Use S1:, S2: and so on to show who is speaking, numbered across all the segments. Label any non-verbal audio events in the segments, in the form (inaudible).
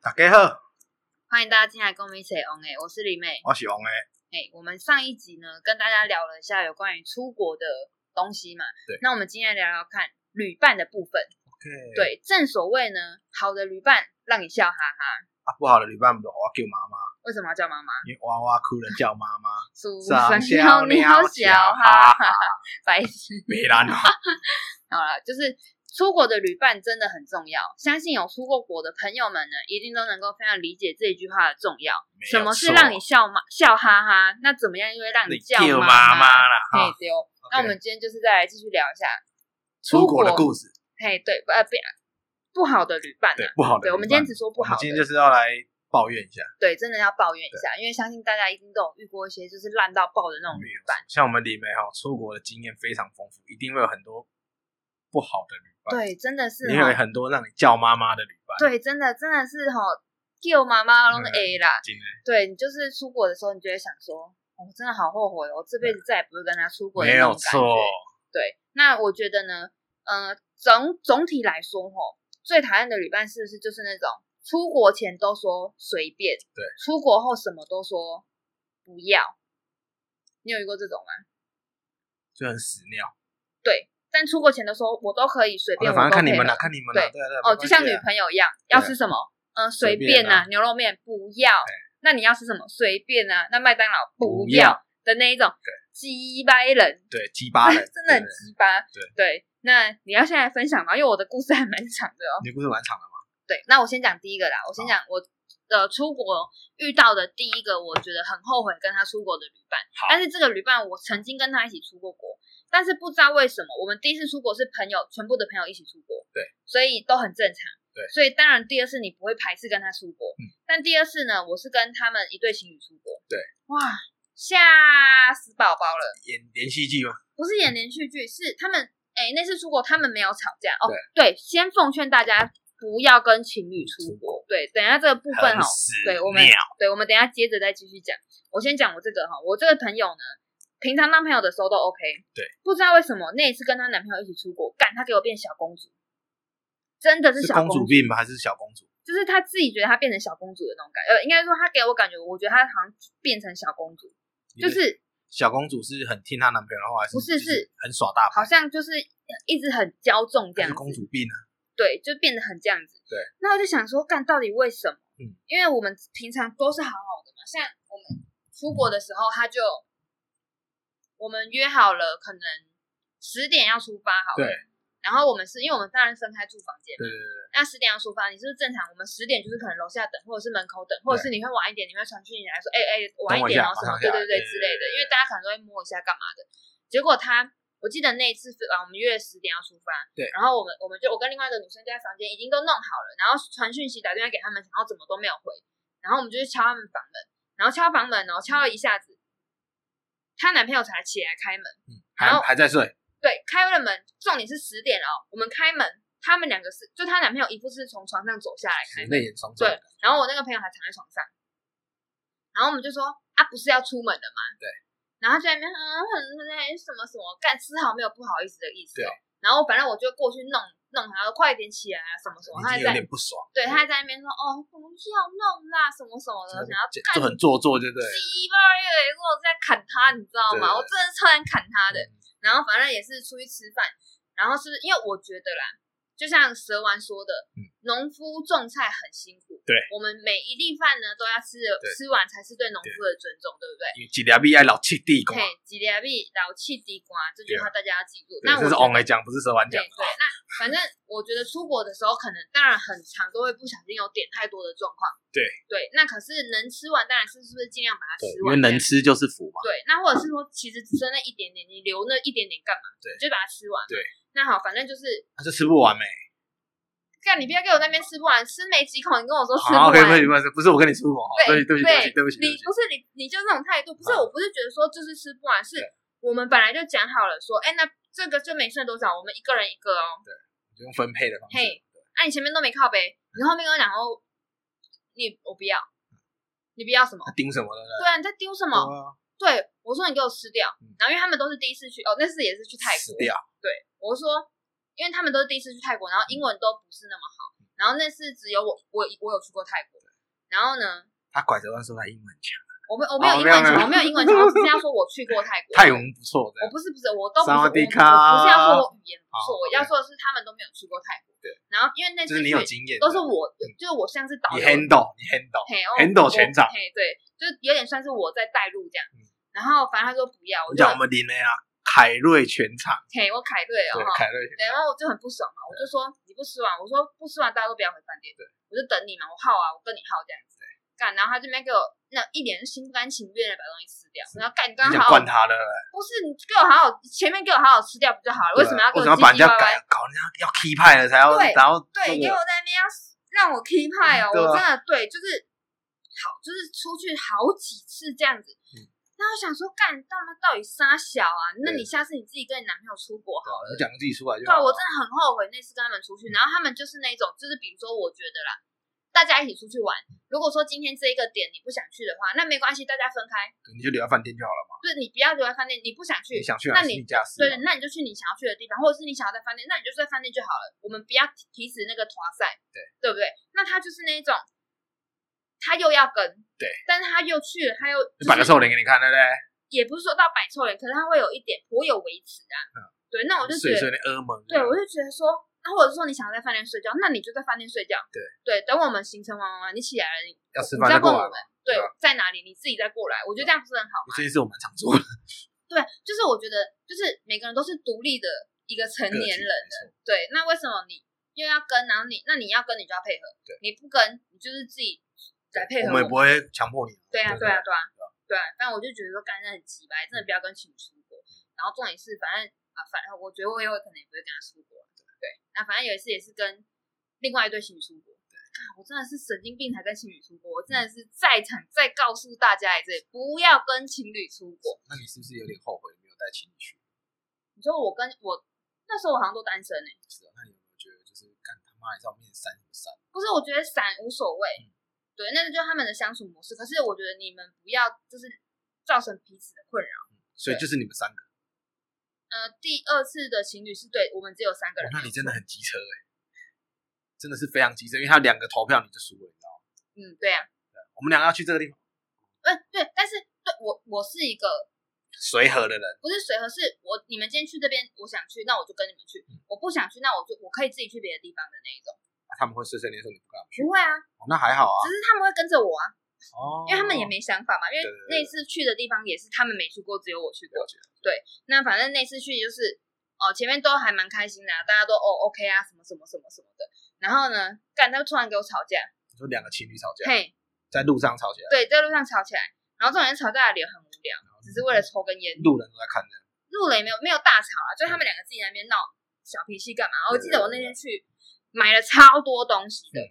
S1: 大家好，
S2: 欢迎大家进来跟我们一起 on 哎，我是李妹
S1: 我是王诶。
S2: 哎、我们上一集呢跟大家聊了一下有关于出国的东西嘛，
S1: 对
S2: 那我们今天来聊聊看旅伴的部分。
S1: OK，
S2: 对，正所谓呢，好的旅伴让你笑哈哈。
S1: 啊，不好的旅伴不都我叫妈妈，
S2: 为什么要叫妈妈？
S1: 因为娃娃哭了叫妈
S2: (laughs)
S1: 妈，
S2: 苏
S1: 上校
S2: 小
S1: 鸟
S2: 小
S1: 小哈
S2: 哈哈， (laughs) 白痴。
S1: 没啦哦，
S2: 好啦，就是出国的旅伴真的很重要，相信有出过国的朋友们呢，一定都能够非常理解这一句话的重要。
S1: 没有
S2: 什么是
S1: 错
S2: 让你笑妈笑哈哈？那怎么样又会让
S1: 你
S2: 叫
S1: 叫
S2: 妈
S1: 妈妈啦
S2: 嘿
S1: 哈，
S2: 丢。那我们今天就是再来继续聊一下
S1: 出国的故事，
S2: 嘿，对，不呃不不好的旅伴、啊。
S1: 对，不好的旅伴。
S2: 对，我们今天只说不
S1: 我
S2: 好
S1: 们
S2: 的，
S1: 今天就是要来抱怨一下，
S2: 对，真的要抱怨一下，因为相信大家一定都有遇过一些就是烂到爆的那种旅伴。
S1: 像我们李梅哈，出国的经验非常丰富，一定会有很多不好的旅伴，
S2: 对，真的是
S1: 也有
S2: 哈，
S1: 很多让你叫妈妈的旅伴，
S2: 对，真的真的是哈，叫妈妈
S1: 嗯
S2: 拢 A 啦。
S1: 今天
S2: 对你就是出国的时候，你就会想说，我、真的好后悔哦，我这辈子再也不会跟他出国的
S1: 没
S2: 那种
S1: 有
S2: 感觉。
S1: 错，
S2: 对，那我觉得呢，呃，总总体来说吼，最讨厌的旅伴是不是就是那种出国前都说随便，
S1: 对，
S2: 出国后什么都说不要。你有遇过这种吗？
S1: 就很屎尿，
S2: 对，但出国前都说我都可以随便，
S1: 哦反正
S2: 我都
S1: 看
S2: 可
S1: 你
S2: 以
S1: 们啦，
S2: 了。
S1: 看你们啦，
S2: 对
S1: 对啊对啊，
S2: 哦，
S1: 没关
S2: 就像
S1: 系
S2: 女
S1: 啊
S2: 朋友一样，要
S1: 对啊
S2: 吃什么？嗯、
S1: 随
S2: 随
S1: 便
S2: 便
S1: 啊
S2: 呐、牛肉面不要。那你要吃什么？随便啊。那麦当劳不
S1: 不要
S2: 要的那一种鸡掰人，
S1: 对鸡巴人，
S2: (laughs) 真的很
S1: 对
S2: 鸡巴。
S1: 对
S2: 那你要现在分享吗？因为我的故事还蛮长的哦。
S1: 你不是蛮长的吗？
S2: 对，那我先讲第一个啦，我先讲我的出国遇到的第一个，我觉得很后悔跟他出国的旅伴。但是这个旅伴，我曾经跟他一起出过国，但是不知道为什么，我们第一次出国是朋友，全部的朋友一起出国，
S1: 对，
S2: 所以都很正常。
S1: 对
S2: 所以当然第二次你不会排斥跟他出国，
S1: 嗯
S2: 但第二次呢，我是跟他们一对情侣出国，
S1: 对，
S2: 哇，吓死宝宝了。
S1: 演连续剧吗？
S2: 不是演连续剧，是他们哎、那次出国他们没有吵架哦。对，先奉劝大家不要跟情侣出国。对，等一下这个部分
S1: 很
S2: 哦，
S1: 屎
S2: 对我们
S1: 尿
S2: 对我们等一下接着再继续讲。我先讲我这个哈、我这个朋友呢，平常当朋友的时候都 OK。
S1: 对，
S2: 不知道为什么那一次跟她男朋友一起出国，干她给我变小公主，真的是
S1: 是
S2: 小
S1: 公
S2: 公
S1: 主病吗？还是小公主？
S2: 就是她自己觉得她变成小公主的那种感觉，呃，应该说她给我感觉，我觉得她好像变成小公主，
S1: 你的
S2: 就是
S1: 小公主是很听她男朋友的话，还是
S2: 不是
S1: 就是很耍大牌，
S2: 好像就是一直很骄纵这
S1: 还
S2: 样
S1: 是
S2: 子。
S1: 公主病啊？
S2: 对，就变得很这样子。
S1: 对，
S2: 那我就想说，干到底为什么？
S1: 嗯，
S2: 因为我们平常都是好好的嘛，像我们出国的时候，他就我们约好了，可能十点要出发好了。
S1: 对。
S2: 然后我们是因为我们当然分开住房间
S1: 对
S2: 嘛，
S1: 对对，
S2: 那十点要出发，你是不是正常？我们十点就是可能楼下等，或者是门口等，或者是你会晚一点，你会传讯息来说，哎、哎、晚一
S1: 等我一下
S2: 点然后什
S1: 马
S2: 么
S1: 上，
S2: 对
S1: 下来
S2: 对对
S1: 对
S2: 之类
S1: 对
S2: 的
S1: 对，
S2: 因为大家可能都会摸一下干嘛的。结果他，我记得那一次是啊，我们约十点要出发，
S1: 对
S2: 然后我们我们就我跟另外一个女生就在房间已经都弄好了，然后传讯息打电话给他们，然后怎么都没有回，然后我们就去敲他们房门，然后敲房门哦，敲了一下子，她男朋友才起来开门。
S1: 嗯，还
S2: 然后
S1: 还在睡，
S2: 对，开了门，重点是十点了哦，我们开门，他们两个是，就她男朋友一副是从床上走下来开
S1: 眼
S2: 门，
S1: 泪眼双重
S2: 对，然后我那个朋友还躺在床上，然后我们就说啊，不是要出门了吗？
S1: 对，
S2: 然后他就在那边嗯嗯什么什么干，丝毫没有不好意思的意思、
S1: 对。
S2: 哦然后反正我就过去弄弄他，说快点起来啊，什么什么，
S1: 已
S2: 他还
S1: 经有
S2: 在
S1: 点不爽，
S2: 对，他还在那边说哦，不要弄啦，什么什么的，
S1: 真的
S2: 想要
S1: 就就
S2: 干
S1: 很做作，对不对？
S2: 鸡巴越来越我在砍他，你知道
S1: 对
S2: 吗？我真的差点砍他的。
S1: 嗯
S2: 然后反正也是出去吃饭，然后是因为我觉得啦，就像蛇丸说的，
S1: 嗯
S2: 农夫种菜很辛苦，
S1: 对，
S2: 我们每一粒饭呢都要吃了
S1: 对
S2: 吃完才是对农夫的尊重，对不对？
S1: 有几条米爱老气地瓜
S2: 嘿，，几粒米老气地瓜，这句话大家要记住。
S1: 对
S2: 那我
S1: 这是
S2: 觉得
S1: 翁来讲，不是蛇丸
S2: 对
S1: 讲。
S2: 对，那反正我觉得出国的时候，可能当然很长都会不小心有点太多的状况。
S1: 对
S2: 对，那可是能吃完，当然是是不是尽量把它
S1: 对，
S2: 吃
S1: 因
S2: 完？
S1: 为能吃就是福嘛。
S2: 对，那或者是说，其实只剩那一点点，你留那一点点干嘛？
S1: 对
S2: 就把它吃完。
S1: 对，
S2: 那好，反正就是，
S1: 他是吃不
S2: (laughs)
S1: 完没？欸
S2: 干你不要给我那边吃不完，吃没几口，你跟我说吃
S1: 好啊
S2: 不
S1: ，OK，不
S2: 完。
S1: 是不是，不是我跟你出国，对
S2: 对
S1: 对不起，对不起，对不起，对
S2: 你
S1: 不起。
S2: 不是你，你就这种态度，不是，
S1: 啊
S2: 我不是觉得说就是吃不完，是
S1: 对
S2: 我们本来就讲好了说，哎，那这个就没剩多少，我们一个人一个哦。
S1: 就用分配的方式，
S2: 嘿，那你前面都没靠呗，你后面跟我讲哦，你我不要，你不要什么
S1: 他？盯什么的呢？
S2: 对啊，你在丢什么？
S1: 嗯对啊
S2: 对，我说你给我吃掉
S1: 嗯。
S2: 然后因为他们都是第一次去，哦，那次也是去泰
S1: 死
S2: 国，
S1: 掉，
S2: 我说，因为他们都是第一次去泰国，然后英文都不是那么好，然后那次只有我我我有去过泰国，然后呢，
S1: 他拐着弯说他英文强，
S2: 我没我没有
S1: 哦
S2: 英
S1: 没有
S2: 文
S1: 没有
S2: 墙，我没有英文墙，我只是要说我去
S1: (laughs)
S2: 过泰国。
S1: 泰文不错啊这
S2: 我
S1: 样。
S2: 不是不是，我都不是，我
S1: 萨
S2: 我
S1: 瓦迪
S2: 不是
S1: 卡
S2: 要说我语言不
S1: 好
S2: 错，我
S1: ，OK
S2: 要说的是他们都没有去过泰国。
S1: 对，
S2: 然后因为那
S1: 就是
S2: 次
S1: 你有
S2: 去
S1: 经验，嗯
S2: 都是我，就是我像是导
S1: 你
S2: 游
S1: handle，你 handle，
S2: 嘿哦
S1: handle
S2: 我
S1: 全场
S2: 嘿，对，就是有点算是我在带路这样
S1: 嗯。
S2: 然后反正他说不要，我
S1: 我
S2: 就
S1: 讲我们林雷啊，凯瑞全场，
S2: 嘿，我凯
S1: 对
S2: 瑞了，哈。
S1: 凯瑞全
S2: 对，然后我就很不爽嘛，我就说你不吃完，我说不吃完大家都不要回饭店，对，我就等你嘛，我耗啊，我跟你耗这样子。干，然后他这边给我那一脸心不甘情不愿的把东西吃掉，然后干，你刚
S1: 场，你想
S2: 刚好好
S1: 灌他的，
S2: 不是你给我好好前面给我好好吃掉不就好了？为什么要给
S1: 啊为
S2: 我
S1: 什么要把人
S2: 唧唧
S1: 家
S2: 歪歪
S1: 改？搞人家要 key 派了才要，
S2: 对
S1: 然后
S2: 对，
S1: 那
S2: 给
S1: 个
S2: 我在那边要让我 key 派哦，
S1: 对啊
S2: 我真的对，就是好，就是出去好几次这样子。
S1: 嗯
S2: 那我想说，干到妈到底杀小啊？那
S1: 对
S2: 你下次你自己跟你男朋友出国好
S1: 对啊你讲自己出来就
S2: 对啊，
S1: 好。
S2: 我真的很后悔那次跟他们出去。然后他们就是那种，就是比如说，我觉得啦，大家一起出去玩，如果说今天这一个点你不想去的话，那没关系，大家分开，
S1: 你就留在饭店就好了嘛，
S2: 就是你不要留在饭店，你不想
S1: 你，
S2: 去
S1: 想去哪是
S2: 那
S1: 你
S2: 你
S1: 家事
S2: 对
S1: 嘛。，
S2: 那你就去你想要去的地方，或者是你想要在饭店，那你就在饭店就好了。我们不要提起那个团赛，
S1: 对
S2: 对不对？那他就是那种，他又要跟，
S1: 对，
S2: 但是他又去了，他又、就是、
S1: 你摆个臭脸给你看，对不对？
S2: 也不是说到摆臭脸，可是他会有一点颇有维持啊。
S1: 嗯
S2: 对，那我就
S1: 睡
S2: 觉得，
S1: 睡那噩梦。
S2: 对我就觉得说，那或者说你想要在饭店睡觉，那你就在饭店睡觉。
S1: 对
S2: 对，等我们行程完完完，你起来了，你
S1: 要吃
S2: 你
S1: 饭
S2: 再
S1: 再过
S2: 问
S1: 来
S2: 我们。对
S1: 对啊
S2: 在哪里，你自己再过来。我觉得这样不是很好。
S1: 这件事我蛮常做的。
S2: 对，就是我觉得，就是每个人都是独立的一个成
S1: 个体
S2: 年人
S1: 没
S2: 了。对，那为什么你又要跟，然后你那你要跟，你就要配合。
S1: 对，
S2: 你不跟，你就是自己来配
S1: 我
S2: 合
S1: 们也不会强迫你。
S2: 对啊，
S1: 对
S2: 对啊，对啊，对啊。但我就觉得说，干真的很鸡白，真的不要跟情侣出国。然后重点是，反正啊，反正我觉得我以后可能也不会跟他出国。对，那反正有一次也是跟另外一对情侣出国。干，我真的是神经病才跟情侣出国，我真的是在场再告诉大家一次，不要跟情侣出国。
S1: 那你是不是有点后悔没有带情侣去？
S2: 你说我跟我那时候我好像都单身欸呢、
S1: 是啊，那你有没有觉得就是干他妈也在我面前啊闪什么闪？
S2: 不是，我觉得散无所谓，对，那个就是他们的相处模式。可是我觉得你们不要就是造成彼此的困扰。
S1: 所以就是你们三个，
S2: 呃，第二次的情侣是对我们只有三个
S1: 哦
S2: 人，
S1: 那你真的很机车哎、真的是非常机车，因为他两个投票你就输了，你知道吗？
S2: 嗯，对啊，
S1: 我们两个要去这个地方，
S2: 嗯、对，但是对我我是一个
S1: 随和的人，
S2: 不是随和，是我你们今天去这边，我想去，那我就跟你们去；
S1: 嗯
S2: 我不想去，那我就我可以自己去别的地方的那一种。
S1: 啊他们会碎碎念说你不干嘛去，
S2: 不会啊，
S1: 哦那还好啊
S2: 只，是他们会跟着我啊，
S1: 哦，
S2: 因为他们也没想法嘛，因为
S1: 对对对
S2: 那次去的地方也是他们没去过，只有我去过
S1: 了。解，
S2: 那反正那次去就是，哦，前面都还蛮开心的、啊，大家都哦 OK 啊，什么什么什么什么的。然后呢，干他突然给我吵架，
S1: 你说两个情侣吵架，
S2: 嘿，
S1: 在路上吵架，
S2: 对，在路上吵起来，然后这种人吵架的理由很无聊，只是为了抽根烟，
S1: 路人都在看着，
S2: 路人也没有没有大吵啊，就他们两个自己在那边闹小脾气干嘛？我记得我那天去买了超多东西的
S1: 嗯，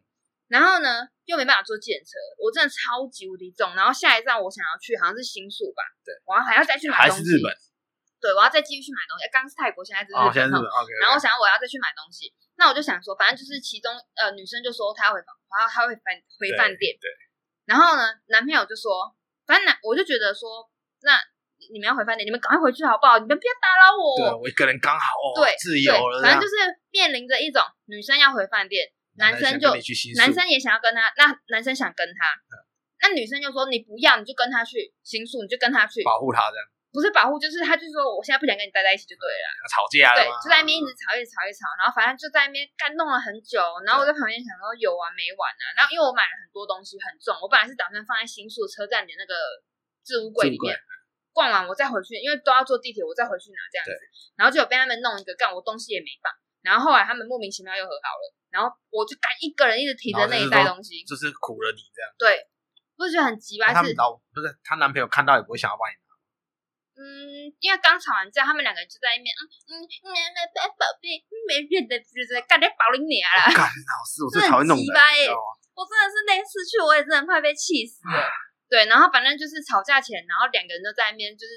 S2: 然后呢又没办法坐检车，我真的超级无敌重。然后下一站我想要去好像是新宿吧，
S1: 对，
S2: 我要还要再去
S1: 还
S2: 买东
S1: 是
S2: 西，
S1: 日本，
S2: 对，我要再继续去买东西。哎刚是泰国，现在是日
S1: 哦，
S2: 本，
S1: 现在日本，OK，
S2: 然后我想要我要再去买东西，那我就想说，反正就是其中呃女生就说她要回房，然后她会返回饭店，
S1: 对，
S2: 然后呢男朋友就说，反正男我就觉得说，那你们要回饭店，你们赶快回去好不好？你们不要打扰
S1: 对
S2: 我，
S1: 我一个人刚好哦
S2: 对，
S1: 自
S2: 对
S1: 由了，
S2: 反正就是是面临着一种女生要回饭店，男生就
S1: 跟你去新宿
S2: 男生也想要跟他，那男生想跟他。
S1: 嗯
S2: 那女生就说：“你不要，你就跟他去行宿，你就跟他去，
S1: 保护他这样，
S2: 不是保护，就是他就说我现在不想跟你待在一起就对了。”
S1: 两个吵架
S2: 对
S1: 了嘛，，
S2: 就在那边一直吵，一直吵，一直吵，然后反正就在那边干弄了很久，然后我在旁边想说有完没完啊？然后因为我买了很多东西，很重，我本来是打算放在新宿车站的那个置物柜
S1: 置
S2: 里面
S1: 物柜，
S2: 逛完我再回去，因为都要坐地铁，我再回去拿这样子。然后就有被他们弄一个干，我东西也没放。然后后来他们莫名其妙又和好了，然后我就干一个人一直提着那一袋东西，
S1: 就是苦了你这样。
S2: 对，不是觉得很急吧？
S1: 那他
S2: 是
S1: 们老不是她男朋友看到也不会想要
S2: (laughs)
S1: 帮你哦拿，
S2: 嗯，因为刚吵完架，他们两个人就在那边，嗯嗯嗯，嗯宝贝，没认得，就是干点保龄你啊啦。
S1: 我干，老师我最讨厌那种人，
S2: 这很鸡巴欸
S1: 你知道吗？
S2: 我真的是那次去，我也真的快被气死了。对，然后反正就是吵架前，然后两个人都在那边就是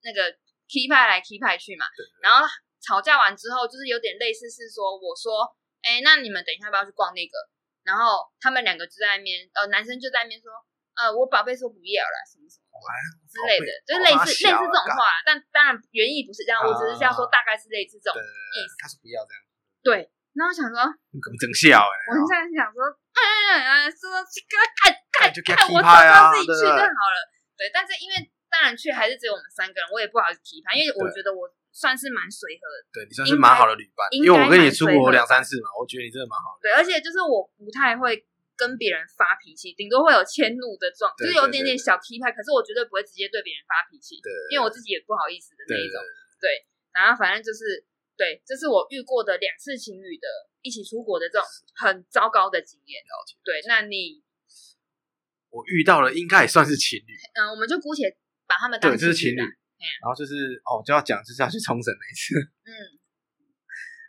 S2: 那个 key 派来 key 派去嘛。然后吵架完之后，就是有点类似是说，我说，哎，那你们等一下要不要去逛那个？然后他们两个就在那边，呃，男生就在那边说，呃，我宝贝说不要了，什么什么
S1: 哇
S2: 之类的，就是
S1: 宝
S2: 类
S1: 贝
S2: 似类似这种
S1: 干啊
S2: 话啦，但当然原意不是这样，我只是要说大概是类似这
S1: 对
S2: 种
S1: 对
S2: 意思。
S1: 他说不要这样，
S2: 对，然后我想说，我
S1: 你可能真笑哎、
S2: 现在想说，哎、啊，说这个看看
S1: 那就给他
S2: 看，
S1: 踢
S2: 我
S1: 拍啊
S2: 早知道自己去
S1: 对不
S2: 就
S1: 对
S2: 好了。对，但是因为当然去还是只有我们三个人，我也不好意思批判，因为我
S1: 对
S2: 觉得我算是蛮随和的。
S1: 对你算是蛮好的旅伴，
S2: 应
S1: 因
S2: 该
S1: 为我跟你出国两三次嘛，我觉得你真的蛮好的。
S2: 对，而且就是我不太会跟别人发脾气，顶多会有迁怒的状，就
S1: 对
S2: 是有
S1: 对
S2: 点
S1: 对
S2: 点小批判，可是我绝对不会直接对别人发脾气，
S1: 对
S2: 因为我自己也不好意思的那
S1: 对
S2: 一
S1: 对
S2: 种。然后反正就是对，这是我遇过的两次情侣的一起出国的这种很糟糕的经验。
S1: 了解。
S2: 对，那你
S1: 我遇到了，应该也算是情侣，
S2: 嗯、我们就姑且把他们当
S1: 对，这是情侣。
S2: 啦
S1: 然后就是哦，就要讲就是要去冲绳那一次， (laughs)
S2: 嗯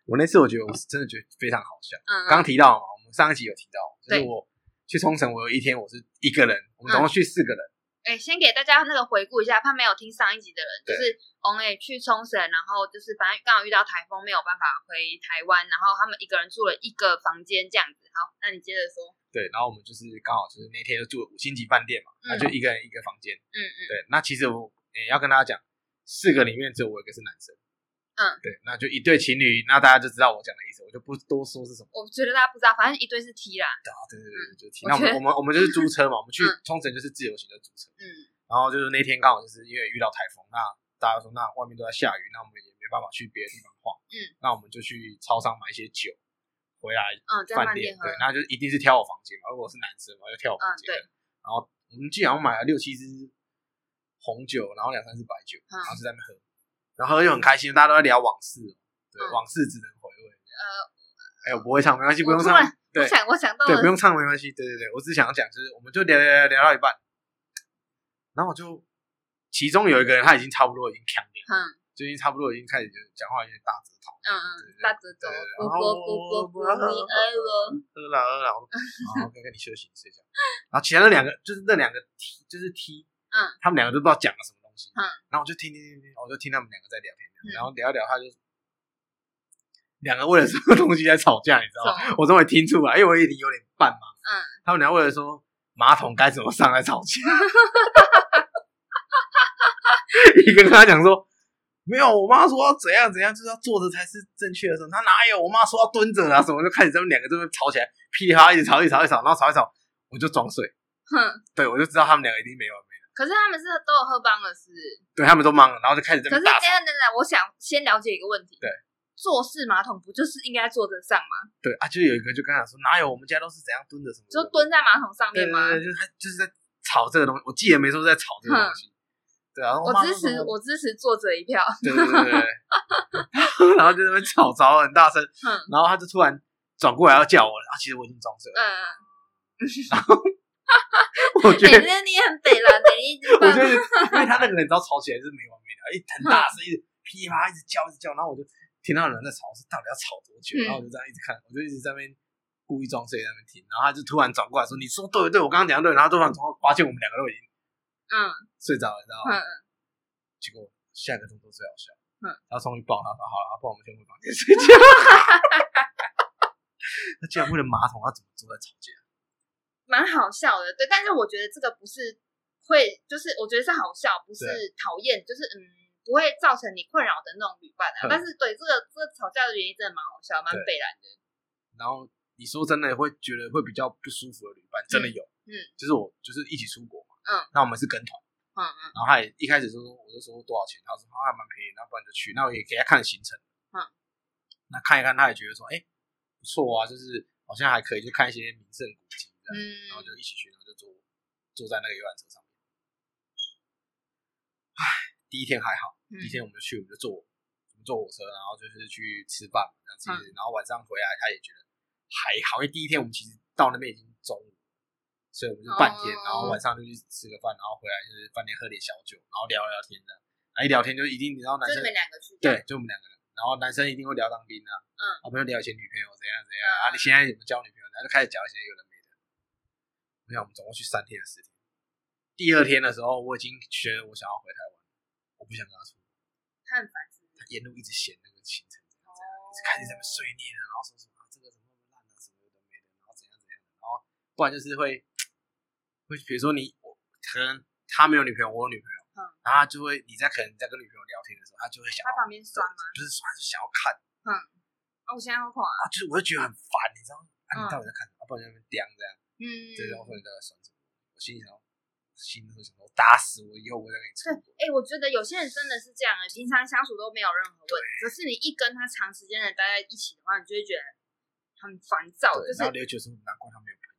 S1: 我那次我觉得我是真的觉得非常好笑。
S2: 嗯，嗯
S1: 刚刚提到嘛，我们上一集有提到，就是
S2: 对嗯
S1: 我去冲绳，我有一天我是一个人，我们总共去四个人，
S2: 哎、先给大家那个回顾一下，怕没有听上一集的人，
S1: 对
S2: 就是 On A 去冲绳，然后就是反正刚好遇到台风，没有办法回台湾，然后他们一个人住了一个房间这样子。好，那你接着说。
S1: 对，然后我们就是刚好就是那天就住了五星级饭店嘛，那就一个人一个房间，
S2: 嗯嗯，
S1: 对，那其实我也、要跟大家讲，四个里面只有我一个是男生，
S2: 嗯，
S1: 对，那就一对情侣，那大家就知道我讲的意思，我就不多说是什么
S2: 我觉得大家不知道，反正一对是 T 啦，
S1: 的啊，对对对，就提。
S2: 嗯我
S1: 那我
S2: 觉
S1: 们
S2: 得
S1: 我们我们就是租车嘛，我们去
S2: 嗯
S1: 冲绳就是自由行的租车，
S2: 嗯
S1: 然后就是那天刚好就是因为遇到台风，那大家说那外面都在下雨，那我们也没办法去别的地方晃，
S2: 嗯，
S1: 那我们就去超商买一些酒回来
S2: 嗯，在
S1: 饭
S2: 饭
S1: 店，
S2: 喝
S1: 对，，那就一定是挑我房间嘛，如果我是男生嘛，就挑我房
S2: 嗯
S1: 间
S2: 对，
S1: 然后我们记得好像买了六七支红酒，然后两三支白酒，
S2: 嗯
S1: 然后就在那边喝，然后喝就很开心，大家都在聊往事哦，对，
S2: 嗯
S1: 往事只能回味。
S2: 呃，
S1: 哎，我不会唱，没关系，不用
S2: 我突
S1: 唱
S2: 然，嗯
S1: 对
S2: 我想我想到
S1: 对，
S2: 了
S1: 不用唱没关系，对对对，我只是想要讲，就是我们就聊聊聊聊到一半，然后我就其中有一个人他已经差不多已经扛掉，
S2: 嗯
S1: 就已经差不多已经开始就讲话有点大舌头，
S2: 嗯嗯
S1: 对，对
S2: 大舌头，
S1: 对
S2: 咕
S1: 然后
S2: 咕咕咕咕，你爱我，
S1: 饿了饿
S2: (laughs)
S1: 了，我好，我跟跟你休息睡觉。然后其他那两个就是那两个 T 就是 T，
S2: 嗯，
S1: 他们两个都不知道讲了什么东西，
S2: 嗯，
S1: 然后我就听听听听，我就听他们两个在聊
S2: 嗯
S1: 天，然后聊一聊，他就两个为了什么东西在吵架，你知道吗？我终于听出来，因为我已经有点半盲，
S2: 嗯，
S1: 他们俩为了说马桶该怎么上来
S2: (laughs)
S1: 吵架，一个跟他讲说。没有，我妈说要怎样怎样，就是要坐着才是正确的时候。她哪有？我妈说要蹲着啊，什么就开始他们两个这边吵起来，噼里啪啦一直吵，一直吵，一直吵，然后吵一吵，我就装睡。
S2: 哼。
S1: 对，我就知道他们两个一定没完没了。
S2: 可是他们是都有喝帮了是不是？
S1: 对他们都忙了，然后就开始这
S2: 可
S1: 边
S2: 是
S1: 打
S2: 等。等等等，我想先了解一个问题。
S1: 对，
S2: 坐式马桶不就是应该坐着上吗？
S1: 对啊，就有一个就跟他说，哪有我们家都是怎样蹲着什么的，
S2: 就蹲在马桶上
S1: 对对
S2: 面吗？
S1: 对，就是他就是在吵这个东西。我记得没错，是在吵这个东西。对啊，然后
S2: 我
S1: 妈
S2: 支
S1: 说什
S2: 持
S1: 么
S2: 我支持坐着一票。
S1: 对对对对对， (laughs) 然后就在那边吵吵得很大声，
S2: 嗯
S1: 然后他就突然转过来要叫我了啊，其实我已经装睡了， (laughs)
S2: 嗯，
S1: 我觉得。
S2: 哎、那你很北蓝的，你一直
S1: (laughs) 我
S2: 放
S1: 觉得，因为他那个人，只要吵起来就是没完没了，一很
S2: 嗯
S1: 大声，一直噼里啪啦一直叫，一直叫，然后我就听到有人在吵，是到底要吵多久？然
S2: 嗯
S1: 后我就这样一直看，我就一直在那边故意装睡在那边听，然后他就突然转过来说：“你说对不对？我刚刚讲的对。”然后突然转过来发现我们两个都已经
S2: 嗯
S1: 睡着了，你知道
S2: 嗯
S1: 吗？
S2: 嗯
S1: 结果下一个动作最好笑，
S2: 嗯，
S1: 然后终于抱他说：“好了，不然我们先回房间睡
S2: (laughs)
S1: 觉。”他竟然为了马桶，他怎么坐在吵架？
S2: 蛮好笑的。对，但是我觉得这个不是会，就是我觉得是好笑，不是
S1: 对
S2: 讨厌，就是嗯。不会造成你困扰的那种旅伴啊，
S1: 嗯
S2: 但是对这个这个吵架的原因真的蛮好笑，蛮
S1: 对
S2: 北蓝的。
S1: 然后你说真的会觉得会比较不舒服的旅伴，真的有，
S2: 嗯，
S1: 就是我就是一起出国嘛，
S2: 嗯，
S1: 那我们是跟团，
S2: 嗯嗯
S1: 然后他也一开始就说，我就说多少钱，他说啊蛮便宜，那不然就去，那我也给他看行程，
S2: 嗯，
S1: 那看一看，他也觉得说，哎、不错啊，就是好像还可以，就看一些名胜古迹这样，然后
S2: 嗯，
S1: 就一起去，然后就坐坐在那个游览车上面，唉，第一天还好。第一
S2: 嗯
S1: 天我们就去，我们就坐我们坐火车，然后就是去吃饭嘛，这样其
S2: 嗯
S1: 实，然后晚上回来他也觉得还好，因为第一天我们其实到那边已经中午，所以我们就半天，
S2: 哦
S1: 然后晚上就去吃个饭，然后回来就是饭店喝点小酒，然后聊聊天的，然后一聊天就一定你知道男
S2: 就
S1: 生
S2: 你们两个去，
S1: 对，就我们两个人，然后男生一定会聊当兵啊，
S2: 嗯，
S1: 我们就聊以前女朋友怎样怎样啊，你现在怎么交女朋友，然后就开始讲一些有的没的。没有，我们总共去三天的时间。第二天的时候，我已经觉得我想要回台湾，我不想跟他出门，
S2: 他很烦
S1: 他沿路一直嫌那个行程怎样怎样，一直开始在那边碎念啊，然后说什么、啊、这个怎么那么烂啊，什么有的没的，然后怎样怎样，然后不然就是会会比如说你我可能他没有女朋友，我有女朋友，
S2: 嗯，
S1: 然后他就会你在可能你在跟女朋友聊天的时候，他就会想
S2: 他
S1: 要
S2: 旁边酸吗？
S1: 不是说他是想要看，
S2: 嗯，
S1: 然
S2: 哦，我现在好垮、
S1: 啊，
S2: 啊，
S1: 就是我就觉得很烦，你知道吗？啊，
S2: 嗯
S1: 你到底在看什么？啊，不然在那边叼这样，
S2: 嗯，
S1: 对，然后说你到底在算什么？我心里想，心里会想说，打死我以后我再给你出
S2: 对，哎、我觉得有些人真的是这样、欸，平常相处都没有任何问题，可是你一跟他长时间的待在一起的话，你就会觉得很烦躁，
S1: 国，
S2: 哦
S1: 对
S2: 就是
S1: 然后你就觉得说，难怪他没有朋友。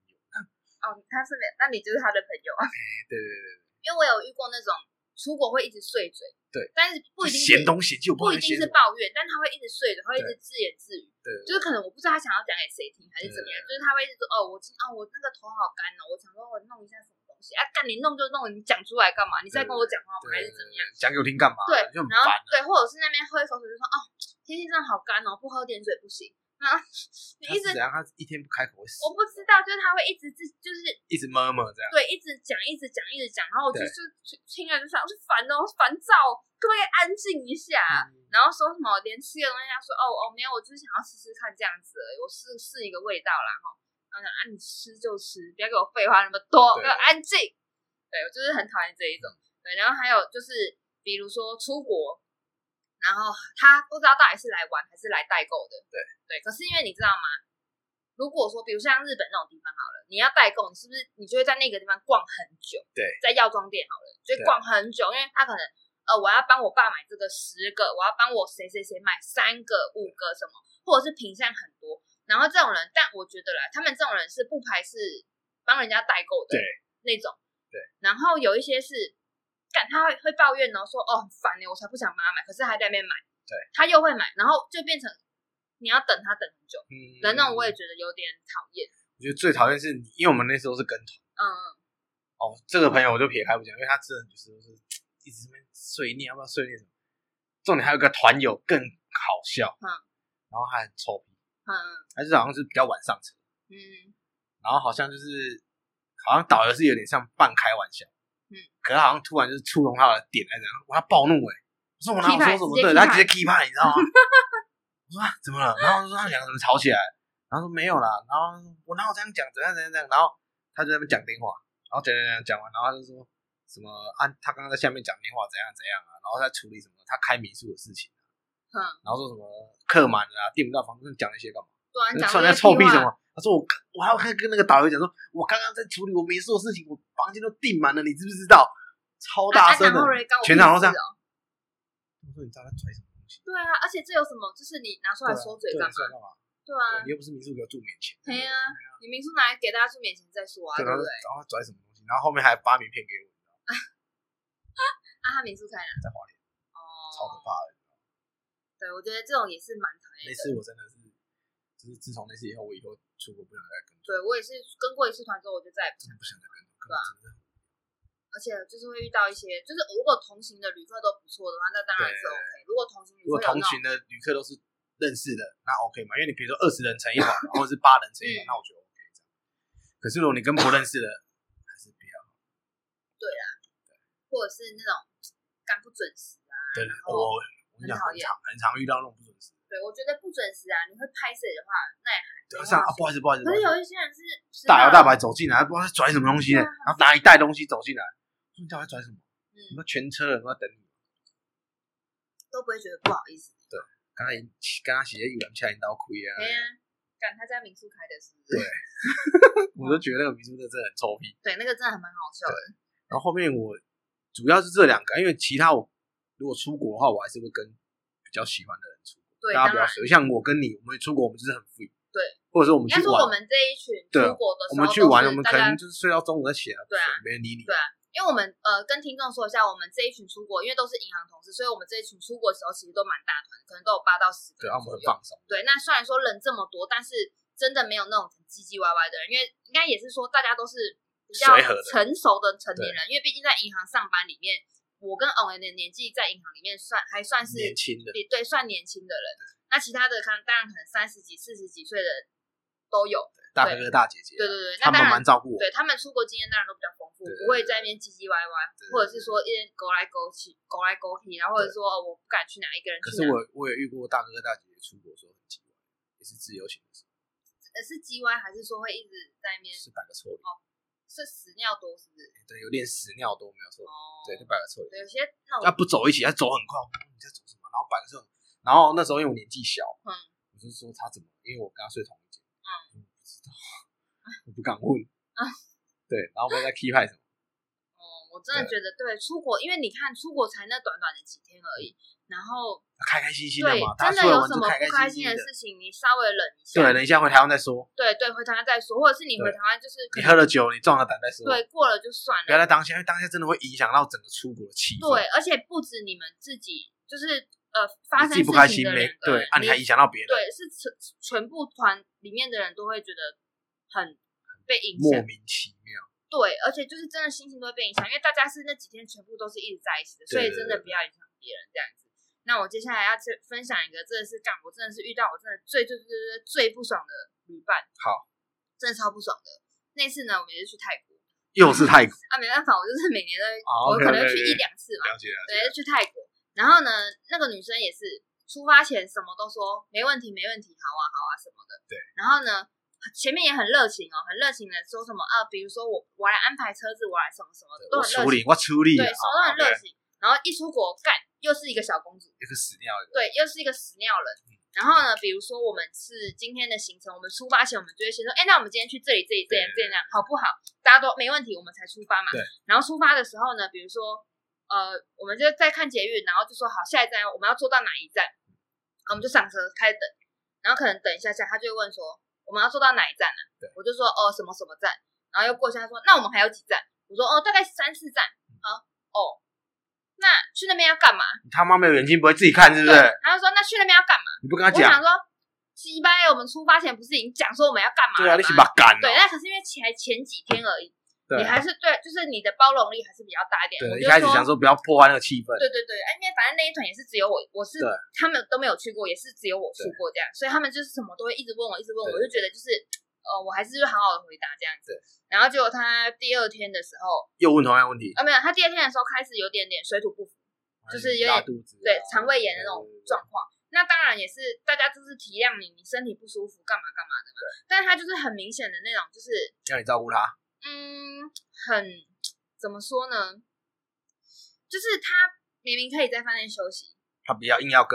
S2: 哦，他是没，那你就是他的朋友啊，
S1: 哎，对对对对，
S2: 因为我有遇过那种出国会一直碎嘴，
S1: 对，
S2: 但是不一
S1: 就
S2: 定是
S1: 嫌东嫌西，我
S2: 不
S1: 知道
S2: 一定
S1: 嫌什
S2: 是
S1: 么。
S2: 抱怨，但他会一直碎嘴，会一直自言自语，
S1: 对对
S2: 就是可能我不知道他想要讲给谁听，还是怎么样，就是他会一直说哦，我今哦我那个头好干哦，我想说我弄一下什么东西啊，干你弄就弄，你讲出来干嘛？你是在跟我讲话吗？还是怎么样？？
S1: 讲给我听干嘛？
S2: 对，
S1: 就很
S2: 然后
S1: 烦。啊
S2: 对，或者是那边喝一口水就说哦，天气真的好干哦，不喝点水不行。
S1: (laughs)
S2: 然后你
S1: 他
S2: 一
S1: 是
S2: 直
S1: 怎样？他一天不开口会死
S2: 我，不知道，就是他会一直自就是
S1: 一直摸摸这样。
S2: 对一直讲一直讲一直讲，然后我就
S1: 对
S2: 就就听了就想是烦哦烦躁，可不可以安静一下？
S1: 嗯
S2: 然后说什么连吃的东西，他说哦哦没有，我就是想要试试看这样子而已，我试试一个味道啦哈。然后讲啊你吃就吃，不要给我废话那么多，
S1: 对嗯
S2: 给我安静。对我就是很讨厌这一种。对，然后还有就是比如说出国，然后他不知道到底是来玩还是来代购的。
S1: 对
S2: 对，可是因为你知道吗？如果说比如像日本那种地方好了，你要代购，你是不是你就会在那个地方逛很久？
S1: 对，
S2: 在药妆店好了，就
S1: 对啊
S2: 会逛很久，因为他可能。呃，我要帮我爸买这个十个，我要帮我谁谁谁买三个、五个什么，或者是品相很多。然后这种人，但我觉得啦，他们这种人是不排斥帮人家代购
S1: 对
S2: 的那种。
S1: 对。
S2: 然后有一些是，干他会会抱怨哦，说哦很烦呢，我才不想帮他买，可是还在那边买。
S1: 对。
S2: 他又会买，然后就变成你要等他等很久
S1: 嗯
S2: 的那种，我也觉得有点讨厌。
S1: 我觉得最讨厌是你，因为我们那时候是跟团
S2: 嗯，
S1: 哦，这个朋友我就撇开不讲，因为他真的就是就是一直在那边碎念，要不要碎念什么？重点还有一个团友更好笑，
S2: 嗯，
S1: 然后还很臭屁，
S2: 嗯
S1: 他就是好像是比较晚上车，
S2: 嗯
S1: 然后好像就是好像导游是有点像半开玩笑，
S2: 嗯，
S1: 可是好像突然就是触动他的点来讲，哇，他暴怒哎、我说我哪有说什么
S2: 踢派
S1: 对，
S2: 直接踢派
S1: 他直接 keep 你知道吗？我说啊怎么了？然后我就说他们两个怎么吵起来？然后说没有啦，然后我哪有这样讲，怎样怎样怎样，然后他就在那边讲电话，然后讲讲讲讲完，然后他就说什么啊，他刚刚在下面讲电话怎样怎样啊，然后在处理什么他开民宿的事情，啊
S2: 嗯，
S1: 然后说什么客满了啊，订不到房，讲那些干嘛？
S2: 对啊，你讲
S1: 突
S2: 这
S1: 然在
S2: 个
S1: 臭屁
S2: 屁
S1: 什？
S2: 话
S1: 么？他说我我还要跟跟那个导游讲说，我刚刚在处理我没做的事情，我房间都订满了，你知不知道？超大声的，
S2: 啊啊然后
S1: 我
S2: 嘞干我
S1: 全场都
S2: 屁事
S1: 这
S2: 哦
S1: 说你知道他拽什么东西？
S2: 对啊，而且这有什么？就是你拿出来说嘴
S1: 对啊
S2: 干嘛？
S1: 对啊干嘛？
S2: 对啊
S1: 对，你又不是民宿给我住免钱，
S2: 嘿啊，你民宿拿来给大家住免钱再说啊，
S1: 对然
S2: 对不
S1: 后
S2: 对？
S1: 然后拽什么东西？然后后面还发名片给我，
S2: 啊，他民宿开哪？
S1: 在华联，超可
S2: 哦，
S1: 怕的。
S2: 对，我觉得这种也是蛮讨
S1: 那
S2: 厌的。
S1: 次我真的是，就是自从那次以后，我以后出国不想再跟，
S2: 对我也是跟过一次团之后，我就再也不想
S1: 不想再跟，根
S2: 对啊
S1: 本真的
S2: 而且就是会遇到一些，就是如果同行的旅客都不错的话，那当然是
S1: 对
S2: OK。如果同行旅
S1: 如果
S2: 客有
S1: 同
S2: 那种，
S1: 群的旅客都是认识的，那 OK 嘛？因为你比如说二十人成一团，或者是八人成一团，
S2: 嗯
S1: 那我觉得 OK 这样。可是如果你跟不认识的，还是不要。
S2: 或者是那种干不准时啊，
S1: 对，我
S2: 后
S1: 我跟你讲，很
S2: 很讨厌
S1: 常很常遇到那种不准时，
S2: 对我觉得不准时啊，你会拍摄的话，那也还
S1: 对
S2: 没
S1: 上啊，
S2: 办法
S1: 不好意思，不好意思，
S2: 可是
S1: 不好意思
S2: 有一些人是迟
S1: 大摇大
S2: 到了，
S1: 摆走进来，不知道在拽什么东西呢，
S2: 对啊
S1: 然后拿一袋东西走进来，说你到底在拽什么？你
S2: 嗯，
S1: 们全车人都在等你，
S2: 都不会觉得不好意思。
S1: 刚才刚刚写的有人掐你刀亏啊，
S2: 哎呀，赶他家民宿开的是不
S1: 对
S2: 是？
S1: 我都觉得那个民宿真的很臭屁。
S2: 对，那个真的还蛮好笑的。
S1: 然后后面我主要是这两个，因为其他我如果出国的话，我还是会跟比较喜欢的人出国。
S2: 对，
S1: 大家
S2: 当
S1: 不要
S2: 然，
S1: 随，像我跟你，我们出国我们就是很 free，
S2: 对，
S1: 或者说我们去
S2: 应该说
S1: 玩，
S2: 我们这一群
S1: 对啊
S2: 出国的时候，
S1: 我们去玩，我们
S2: 大
S1: 可
S2: 家
S1: 能就是睡到中午再起来，
S2: 对啊
S1: 没人理你，
S2: 对因为我们呃跟听众说一下，我们这一群出国，因为都是银行同事，所以我们这一群出国的时候其实都蛮大团，可能都有八到十个
S1: 对，
S2: 人
S1: 然后我们
S2: 左
S1: 很
S2: 右。
S1: 放松，
S2: 对，那虽然说人这么多，但是真的没有那种很唧唧歪歪的人，因为应该也是说大家都是比较
S1: 随和的
S2: 成熟的成年人，因为毕竟在银行上班里面，我跟欧文的年纪在银行里面算还算是
S1: 年轻的，
S2: 对对，算年轻的人。那其他的看，当然可能三十几、四十几岁的人都有。
S1: 大哥哥大姐姐，
S2: 对对对，
S1: 他们
S2: 那当然
S1: 蛮照顾我，
S2: 对他们出国经验当然都比较丰富，
S1: 对
S2: 不会在那边唧唧歪歪，
S1: 对
S2: 或者是说一人勾来勾去、勾来勾去，然后或者说哦我不敢去哪一个人
S1: 可是
S2: 去
S1: 我
S2: 哪，
S1: 我也遇过大哥哥大姐姐出国的时候很奇怪，也是自由行的时候，
S2: 呃是唧歪还是说会一直在那边
S1: 是摆个臭脸，
S2: 是屎尿多是不是？
S1: 对，有练屎尿都没有错，
S2: 哦，
S1: 对，就啊摆个臭脸，
S2: 对有些那
S1: 他
S2: 种
S1: 不走一起，他走很快，我说你在走什么？然后摆个臭脸，然后那时候因为我年纪小，
S2: 嗯，
S1: 我是说他怎么，因为我跟他睡同一间，嗯，不知道，我不敢问，
S2: 嗯
S1: 对，然后我们在 key 派什么，
S2: 哦，我真的觉得对出国，因为你看出国才那短短的几天而已，然后
S1: 开开心心的
S2: 对
S1: 嘛，大
S2: 真
S1: 家出来
S2: 的有
S1: 玩
S2: 什
S1: 就
S2: 么
S1: 开
S2: 不开
S1: 心
S2: 心的
S1: 的，
S2: 事情，你稍微忍一下，
S1: 对，等一下回台湾再说，
S2: 对对回台湾再说，或者是你
S1: 对
S2: 回台湾就是
S1: 你喝了酒，你壮了胆再说，
S2: 对过了就算了，
S1: 不要在当下，因为当下真的会影响到整个出国的气氛，
S2: 对，而且不止你们自己，就是呃发
S1: 你自
S2: 生
S1: 己不开
S2: 事情
S1: 心
S2: 的
S1: 没
S2: 两，个
S1: 对
S2: 人，呃
S1: 啊，你还影响到别人，
S2: 对，是全全部团里面的人都会觉得很被影
S1: 莫
S2: 响，
S1: 名其妙。
S2: 对，而且就是真的心情都会被影响，因为大家是那几天全部都是一直在一起的，所
S1: 对
S2: 以
S1: 对
S2: 真的
S1: 对
S2: 不要影响别人这样子。那我接下来要去分享一个，真的是干，我真的是遇到我真的最最最最最不爽的旅伴，
S1: 好，
S2: 真的超不爽的。那次呢，我们也是去泰国
S1: 又是泰国，
S2: 啊，没办法，我就是每年都会，
S1: 哦
S2: 我可能
S1: OK，OK，OK
S2: 去一两次嘛，
S1: 了解了
S2: 对，就去泰国。然后呢，那个女生也是出发前什么都说没问题，没问题，好啊，好啊什么的。
S1: 对。
S2: 然后呢，前面也很热情哦，很热情的说什么啊，比如说我我来安排车子，我来什么什么的，
S1: 我
S2: 都很热
S1: 处
S2: 情，
S1: 理，我处理，
S2: 对，什么都很
S1: 啊
S2: 热
S1: 对
S2: 情。然后一出国干，又是一个小公主，
S1: 一个死掉的，
S2: 对，又是一个屎尿人。
S1: 嗯
S2: 然后呢，比如说我们是今天的行程，我们出发前我们就会先说，哎，那我们今天去这里、这里、这里、这里这样，好不好？大家都没问题，我们才出发嘛。
S1: 对。
S2: 然后出发的时候呢，比如说，呃，我们就在看捷运，然后就说好，下一站我们要坐到哪一站，然后我们就上车开始等，然后可能等一下下，他就会问说我们要坐到哪一站呢、
S1: 对
S2: 我就说哦什么什么站，然后又过一下他说那我们还有几站？我说哦大概三四站。
S1: 嗯
S2: 好、哦，那去那边要干嘛？
S1: 你他妈没有眼睛不会自己看是不是？
S2: 他就说那去那边要干嘛？
S1: 你不跟他
S2: 我想
S1: 讲，
S2: 说，西班牙我们出发前不是已经讲说我们要干嘛
S1: 对啊，
S2: 了吗？
S1: 你是把干
S2: 对，
S1: 了，
S2: 那可是因为才前几天而已，
S1: 对
S2: 你
S1: 啊，
S2: 还是对，就是你的包容力还是比较大一点。我
S1: 对，一
S2: 就
S1: 开始
S2: 说
S1: 想说不要破坏那个气氛，
S2: 对对对，哎，因为反正那一团也是只有我，我是
S1: 对
S2: 他们都没有去过，也是只有我
S1: 对
S2: 去过这样，所以他们就是什么都会一直问我，一直问
S1: 对
S2: 我，我就觉得就是呃，我还是好好的回答这样子
S1: 对。
S2: 然后结果他第二天的时候，
S1: 又问同样的问题，
S2: 啊，没有，他第二天的时候开始有点点水土不服，就是有
S1: 拉
S2: 点
S1: 肚子啊，
S2: 对肠胃炎的那种
S1: 对，
S2: 状况。那当然也是大家就是体谅你，你身体不舒服干嘛干嘛的嘛。但他就是很明显的那种，就是
S1: 要你照顾他，
S2: 嗯，很怎么说呢？就是他明明可以在饭店休息，
S1: 他不要硬要跟，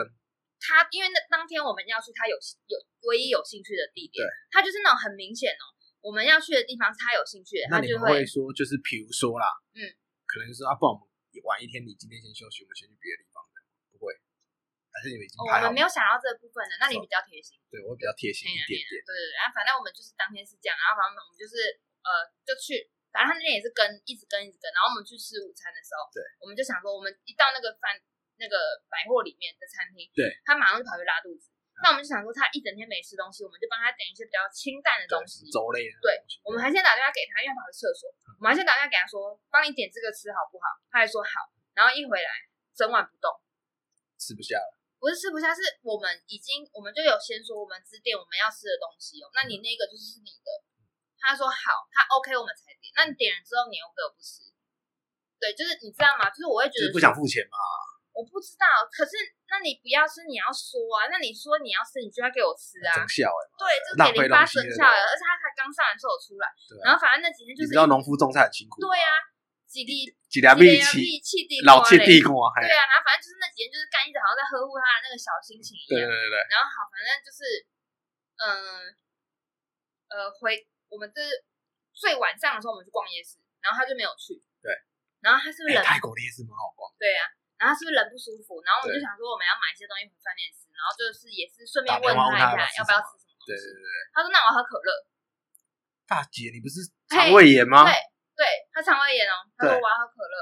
S2: 他因为那当天我们要去他有有唯一有兴趣的地点
S1: 对，
S2: 他就是那种很明显哦，我们要去的地方是他有兴趣的，
S1: 那
S2: 他
S1: 你
S2: 就
S1: 们会
S2: 会哦
S1: 说就是比如说啦，
S2: 嗯，
S1: 可能就说啊，不然我们晚一天，你今天先休息，我们先去别的地方的，不会，还是你们已经
S2: 哦
S1: 排好
S2: 我
S1: 了
S2: 们没，有想哎到这部分的，那你比较贴心。
S1: 对我会比较贴心一点点，
S2: 对对对，然后反正我们就是当天是这样，然后反正我们就是呃就去，反正他那天也是跟一直跟一直跟，然后我们去吃午餐的时候，
S1: 对，
S2: 我们就想说我们一到那个饭那个百货里面的餐厅，
S1: 对，嗯
S2: 他马上就跑去拉肚子。那我们就想说他一整天没吃东西，我们就帮他点一些比较清淡的
S1: 对
S2: 东，西
S1: 是。嗯粥类的，
S2: 对，我们还先打电话给他，因为他跑去厕所，我们还先打电话给他说帮你点这个吃好不好？他还说好，然后一回来整晚不动。
S1: 吃不下了，
S2: 不是吃不下，是我们已经我们就有先说我们只点我们要吃的东西哦，那你
S1: 嗯
S2: 那个就是你的。他说好，他 OK 我们才点，那你点了之后你又给我不吃，对，就是你知道吗？就是我会觉
S1: 就是
S2: 得说
S1: 不想付钱嘛，
S2: 我不知道，可是那你不要吃你要说啊，那你说你要吃你就要给我吃啊，
S1: 整笑哎，
S2: 对，就
S1: 浪
S2: 给
S1: 费
S2: 你
S1: 东
S2: 发
S1: 西
S2: 生
S1: 了
S2: 效了，而且他才刚上完厕所出来，
S1: 对啊，
S2: 然后反正那几天就
S1: 你
S2: 是
S1: 知道农夫种菜很辛苦，
S2: 对啊，几粒
S1: 几条
S2: 几
S1: 米
S2: 粒啊
S1: 奇，
S2: 气地
S1: 老切地
S2: 瓜
S1: 瓜，嘿
S2: 嘞对啊，然后反正就是那几天就是干一直好像在呵护他的那个小心情一
S1: 对对。
S2: 样
S1: 对对，
S2: 然后好，反正就是，嗯、呃，回我们就是最晚上的时候，我们去逛夜市，然后他就没有去。
S1: 对。
S2: 然后他是不是
S1: 哎
S2: 人？
S1: 泰国的夜市蛮好逛，
S2: 对啊。然后他是不是人不舒服？然后我们
S1: 对
S2: 就想说，我们要买一些东西回饭店吃，然后就是也是顺便
S1: 打
S2: 问
S1: 电话问
S2: 他
S1: 他
S2: 一
S1: 要
S2: 下要
S1: 吃
S2: 不要吃什么东
S1: 对对
S2: 西。
S1: 对对，
S2: 他说：“那我要喝可乐。
S1: 大姐你不是
S2: 嘿
S1: 肠胃炎吗？哎
S2: 对对他肠胃炎哦，他说
S1: 啊对
S2: 我要喝可乐。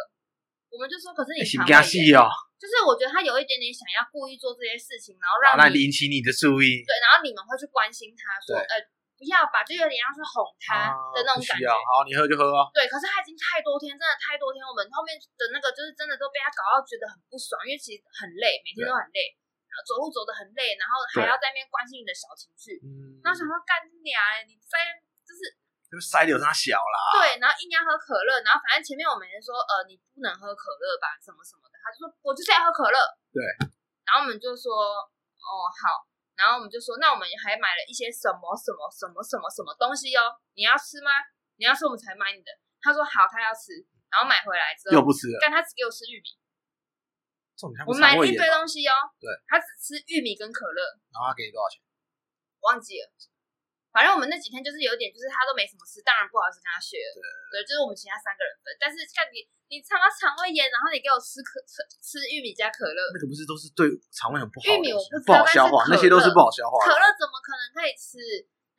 S2: 我们就说，可是你
S1: 哎，行不
S2: 肠胃
S1: 加
S2: 炎，
S1: 戏哦，
S2: 就是我觉得他有一点点想要故意做这些事情，然后
S1: 然后
S2: 让
S1: 引起你的注意，
S2: 对，然后你们会去关心他
S1: 对
S2: 说，呃，不要吧，就有点像是哄他
S1: 啊
S2: 的那种
S1: 不需
S2: 感觉。
S1: 要好，你喝就喝哦，
S2: 对，可是他已经太多天，真的太多天，我们后面的那个就是真的都被他搞到觉得很不爽，因为其实很累，每天都很累，然后走路走得很累，然后还
S1: 对
S2: 要在那边关心你的小情绪。
S1: 嗯，
S2: 那我想说干你俩欸，你在就是
S1: 就塞流他小啦，
S2: 对，然后硬要喝可乐，然后反正前面我们也说，呃，你不能喝可乐吧，什么什么的，他就说我就是要喝可乐。
S1: 对，
S2: 然后我们就说，哦好，然后我们就说，那我们还买了一些什么什么什么什么什么东西哦，你要吃吗？你要吃我们才买你的。他说好，他要吃，然后买回来之
S1: 又
S2: 后，
S1: 不吃了，
S2: 但他只给我吃玉米，
S1: 重点他不
S2: 我
S1: 是
S2: 们买
S1: 肠
S2: 了
S1: 胃
S2: 一
S1: 炎
S2: 堆
S1: 吗，
S2: 东西哦，
S1: 对，
S2: 他只吃玉米跟可乐，
S1: 然后他给你多少钱？
S2: 忘记了。反正我们那几天就是有点，就是他都没什么事，当然不好意思跟他学了。对，就是我们其他三个人分。但是像你，你他妈肠胃炎，然后你给我吃可吃吃玉米加可
S1: (laughs)
S2: 乐，
S1: 那个不是都是对肠胃很不好的
S2: 玉
S1: 东西，
S2: 米我不知
S1: 不好
S2: 道
S1: 消化，那
S2: 但是
S1: 些都是
S2: 可乐
S1: 不好消化
S2: 可
S1: 的。
S2: 乐怎么可能可以吃？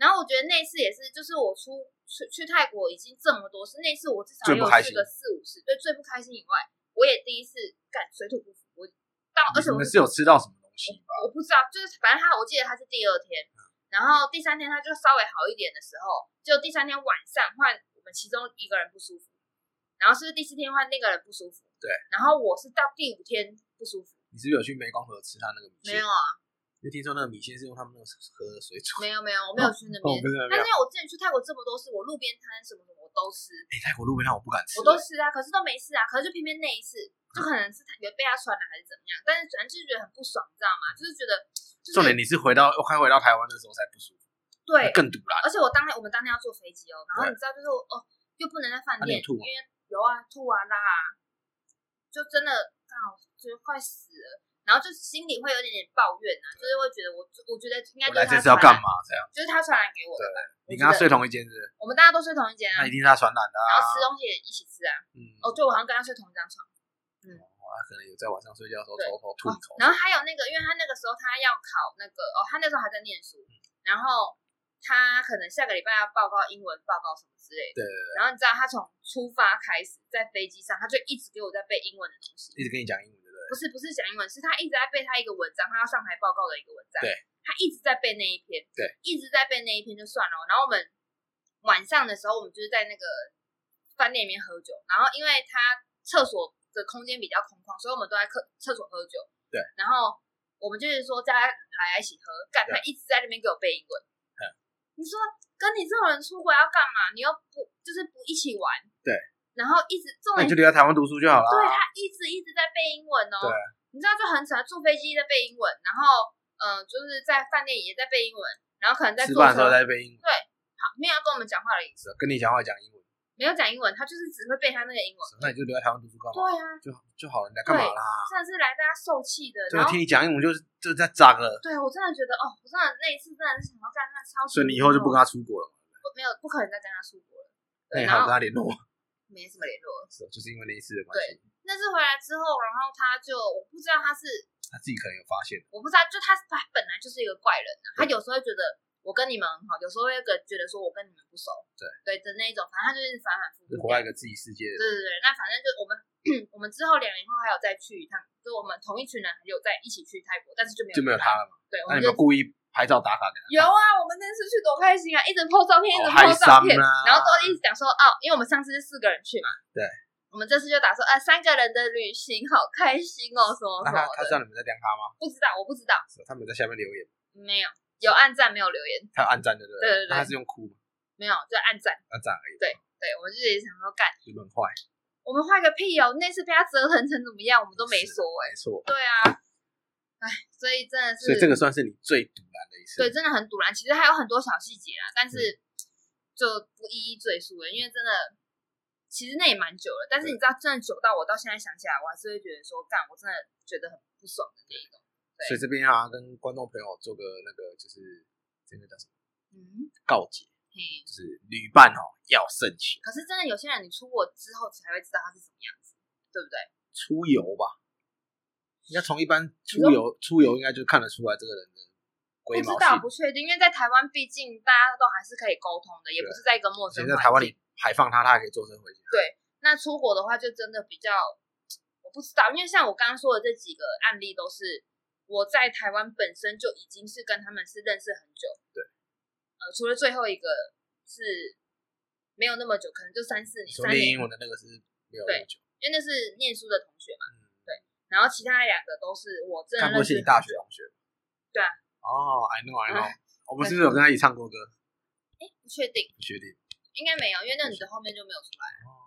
S2: 然后我觉得那次也是，就是我出去去泰国已经这么多次，那次我至少
S1: 最
S2: 也
S1: 不
S2: 有
S1: 开
S2: 去
S1: 心
S2: 个四五次，对，最不开心以外，我也第一次干水土不服，我到而且
S1: 你
S2: 我
S1: 们是有吃到什么东西吧？
S2: 我不知道，就是反正他，我记得他是第二天，
S1: 嗯
S2: 然后第三天他就稍微好一点的时候，就第三天晚上换我们其中一个人不舒服，然后是不是第四天换那个人不舒服？
S1: 对，
S2: 然后我是到第五天不舒服，
S1: 你是不是有去湄公河吃他那个米线？
S2: 没有啊，
S1: 因为听说那个米线是用他们那个河的水煮。
S2: 没有没有，我没有去那
S1: 哦，
S2: 边，
S1: 没有没
S2: 但
S1: 有
S2: 是。因为我之前去泰国这么多次，我路边摊什么什么我都吃，
S1: 哎，泰国路边摊我不敢吃
S2: 我，都吃啊，可是都没事啊，可是就偏偏那一次，就可能是有被他传染还是怎么样，但是反正就是觉得很不爽，你知道吗？就是觉得就
S1: 重
S2: 是
S1: 点你是回到快回到台湾的时候才不舒服，那
S2: 对
S1: 更堵啦。
S2: 而且我当天我们当天要坐飞机哦，然
S1: 对
S2: 后你知道就是我哦，又不能在饭
S1: 那你有
S2: 店，
S1: 吐吗哦
S2: 因为有啊吐啊拉啊，就真的刚好就是快死了，然后就心里会有点点抱怨啊，就是会觉得我我觉得应该
S1: 我
S2: 就
S1: 来
S2: 是
S1: 这是
S2: 他
S1: 要干
S2: 传染，
S1: 嘛？这样
S2: 就是他传染给我的吧。
S1: 你
S2: 我
S1: 跟他
S2: 觉得
S1: 睡同一间是不是？
S2: 我们大家都睡同一间啊
S1: 那一，定是他传染的啊
S2: 然后。吃东西也一起吃啊。
S1: 嗯，
S2: 哦，对，我好像跟他睡同一张床。
S1: 他可能有在晚上睡觉的时候
S2: 对
S1: 偷偷吐一口
S2: 哦。然后还有那个，因为他那个时候他要考那个，哦，他那时候还在念书，
S1: 嗯
S2: 然后他可能下个礼拜要报告英文报告什么之类
S1: 对
S2: 的。
S1: 对对，
S2: 然后你知道他从出发开始，在飞机上，他就一直给我在背英文的东西，
S1: 一直跟你讲英文，对不对？
S2: 不是不是讲英文，是他一直在背他一个文章，他要上台报告的一个文章，
S1: 对，
S2: 他一直在背那一篇，
S1: 对，
S2: 一直在背那一篇就算了哦。然后我们晚上的时候，我们就是在那个饭店里面喝酒，然后因为他厕所的空间比较空旷，所以我们都在厕厕所喝酒，
S1: 对，
S2: 然后我们就是说叫他来一起喝，干
S1: 对
S2: 他一直在那边给我背英文
S1: 嗯，
S2: 你说跟你这种人出国要干嘛？你又不就是不一起玩，
S1: 对，
S2: 然后一直重
S1: 那
S2: 点
S1: 你就留在台湾读书就好
S2: 对
S1: 啦
S2: 他。一直一直在背英文哦。
S1: 对
S2: 你知道就很扯，坐飞机在背英文，然后嗯、呃就是在饭店也在背英文，然后可能啊在
S1: 吃
S2: 坐
S1: 饭的时
S2: 车
S1: 候，在背英文，
S2: 好没有要跟我们讲话的意思，
S1: 跟你讲话讲英文，
S2: 没有讲英文，他就是只会背他那个英文。
S1: 那你就留在台湾读书干
S2: 对
S1: 嘛？
S2: 啊，
S1: 就就好了，你来干嘛啦？
S2: 真的是来大家受气的，
S1: 对啊，
S2: 然
S1: 听。
S2: 后
S1: 你讲英文就是就是在炸了，
S2: 对，我真的觉得哦，我真的那一次真的是想要干那超级。
S1: 所以你以后就不跟他哎出国了嘛，
S2: 不没有不可能再跟他出国了，
S1: 那
S2: 对，
S1: 你
S2: 然
S1: 还有跟
S2: 后
S1: 他联络吗，
S2: 没什么联络了。
S1: 是啊就是因为那一次的关系，
S2: 那次回来之后，然后他就我不知道他是
S1: 他自己可能有发现，
S2: 我不知道，就他他本来就是一个怪人、啊，他有时候会觉得我跟你们很好，有时候会觉觉得说我跟你们不熟，
S1: 对
S2: 对的那一种，反正他就是反反复复
S1: 就
S2: 这
S1: 活在一
S2: 样。
S1: 个自己世界的。
S2: 对对对，那反正就我们我们之后两年后还有再去一趟，就我们同一群人还有再一起去泰国，但是就没
S1: 就
S2: 有
S1: 没有他了嘛？
S2: 对，我
S1: 那你
S2: 们
S1: 们
S2: 就
S1: 故意拍照打卡给他？
S2: 有啊，我们那次去多开心啊，一直 po 照片，一直
S1: 好
S2: po
S1: 嗨
S2: 照片，
S1: 桑啊
S2: 然后都一直讲说哦，因为我们上次是四个人去嘛，
S1: 对，
S2: 我们这次就打算啊三个人的旅行好开心哦，什么
S1: 那
S2: 什
S1: 他
S2: 么
S1: 他知
S2: 的，
S1: 道你们在晾他吗？
S2: 不知道我不知道，
S1: 是啊他们在下面留言，
S2: 没有有暗赞没有留言。
S1: 他有按赞的对不
S2: 对对对
S1: 那他是用哭吗？
S2: 没有，就暗赞。
S1: 按赞而已，
S2: 对，我们自己想说干，
S1: 你们很坏，
S2: 我们坏个屁哦！那次被他折腾成怎么样，我们都没说哎、
S1: 没错。
S2: 对啊，哎，所以真的
S1: 所
S2: 是，
S1: 以这个算是你最堵然的一次。
S2: 对，真的很堵然。其实还有很多小细节啊，但
S1: 嗯
S2: 是就不一一赘述了，因为真的。其实那也蛮久了，但是你知道，真的久到我到现在想起来，我还是会觉得说，干，我真的觉得很不爽的那一种。对
S1: 所以这边啊，跟观众朋友做个那个就是这个叫什么
S2: 嗯，
S1: 告诫，
S2: 嘿，
S1: 就是旅伴哦要慎选，
S2: 可是真的有些人，你出国之后才会知道他是什么样子，对不对？
S1: 出游吧。应该从一般出游出游应该就看得出来这个人的龟
S2: 嗯不
S1: 毛
S2: 知道，
S1: 性，
S2: 不确定，因为在台湾，毕竟大家都还是可以沟通的，也不是在一个陌
S1: 所
S2: 生
S1: 以在
S2: 环境。
S1: 台湾你排放他，他还可以坐车回家。
S2: 那出国的话，就真的比较，我不知道，因为像我刚刚说的这几个案例，都是我在台湾本身就已经是跟他们是认识很久。
S1: 对。
S2: 呃，除了最后一个是没有那么久，可能就三四年，
S1: 你说练
S2: 三年
S1: 英，文的那个是没有那么久，
S2: 因为那是念书的同学
S1: 嗯，
S2: 嘛。然后其他两个都是我真的
S1: 看过
S2: 认
S1: 是
S2: 识
S1: 你大学同学。
S2: 对啊。
S1: 哦，I know I know，
S2: 啊
S1: 我们是不是有跟他一起唱过歌？
S2: 不确定，
S1: 不确定。
S2: 应该没有，因为那女的后面就没有出来。
S1: 哦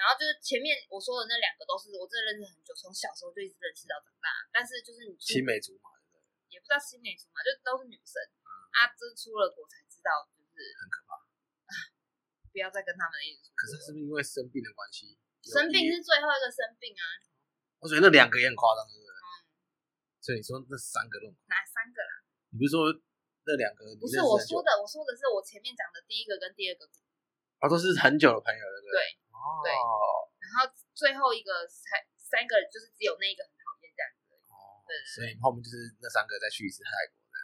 S2: 然后就是前面我说的那两个都是我真的认识很久，从小时候就一直认识到长大。但是就是你出
S1: 青梅竹马，
S2: 也不知道青梅竹马，就都是女生、啊，这出了国才知道，就是
S1: 嗯很可怕。
S2: 不要再跟他们一起出国。
S1: 可是他是不是因为生病的关系？有
S2: 生病
S1: 抑郁
S2: 是最后一个生病啊，
S1: 我觉得那两
S2: 嗯
S1: 个也很夸张，对不对？所以你说那三个都很，
S2: 哪三个啦？
S1: 你不是说那这两个不
S2: 不是我说的，我说的是我前面讲的第一个跟第二个故事，
S1: 哦，都是很久的朋友了，对不
S2: 对
S1: 哦，
S2: 对然后最后一个才三个人，就是只有那一个很讨厌这样子而已。
S1: 哦
S2: 对对对
S1: 所以后面就是那三个再去一次泰国的，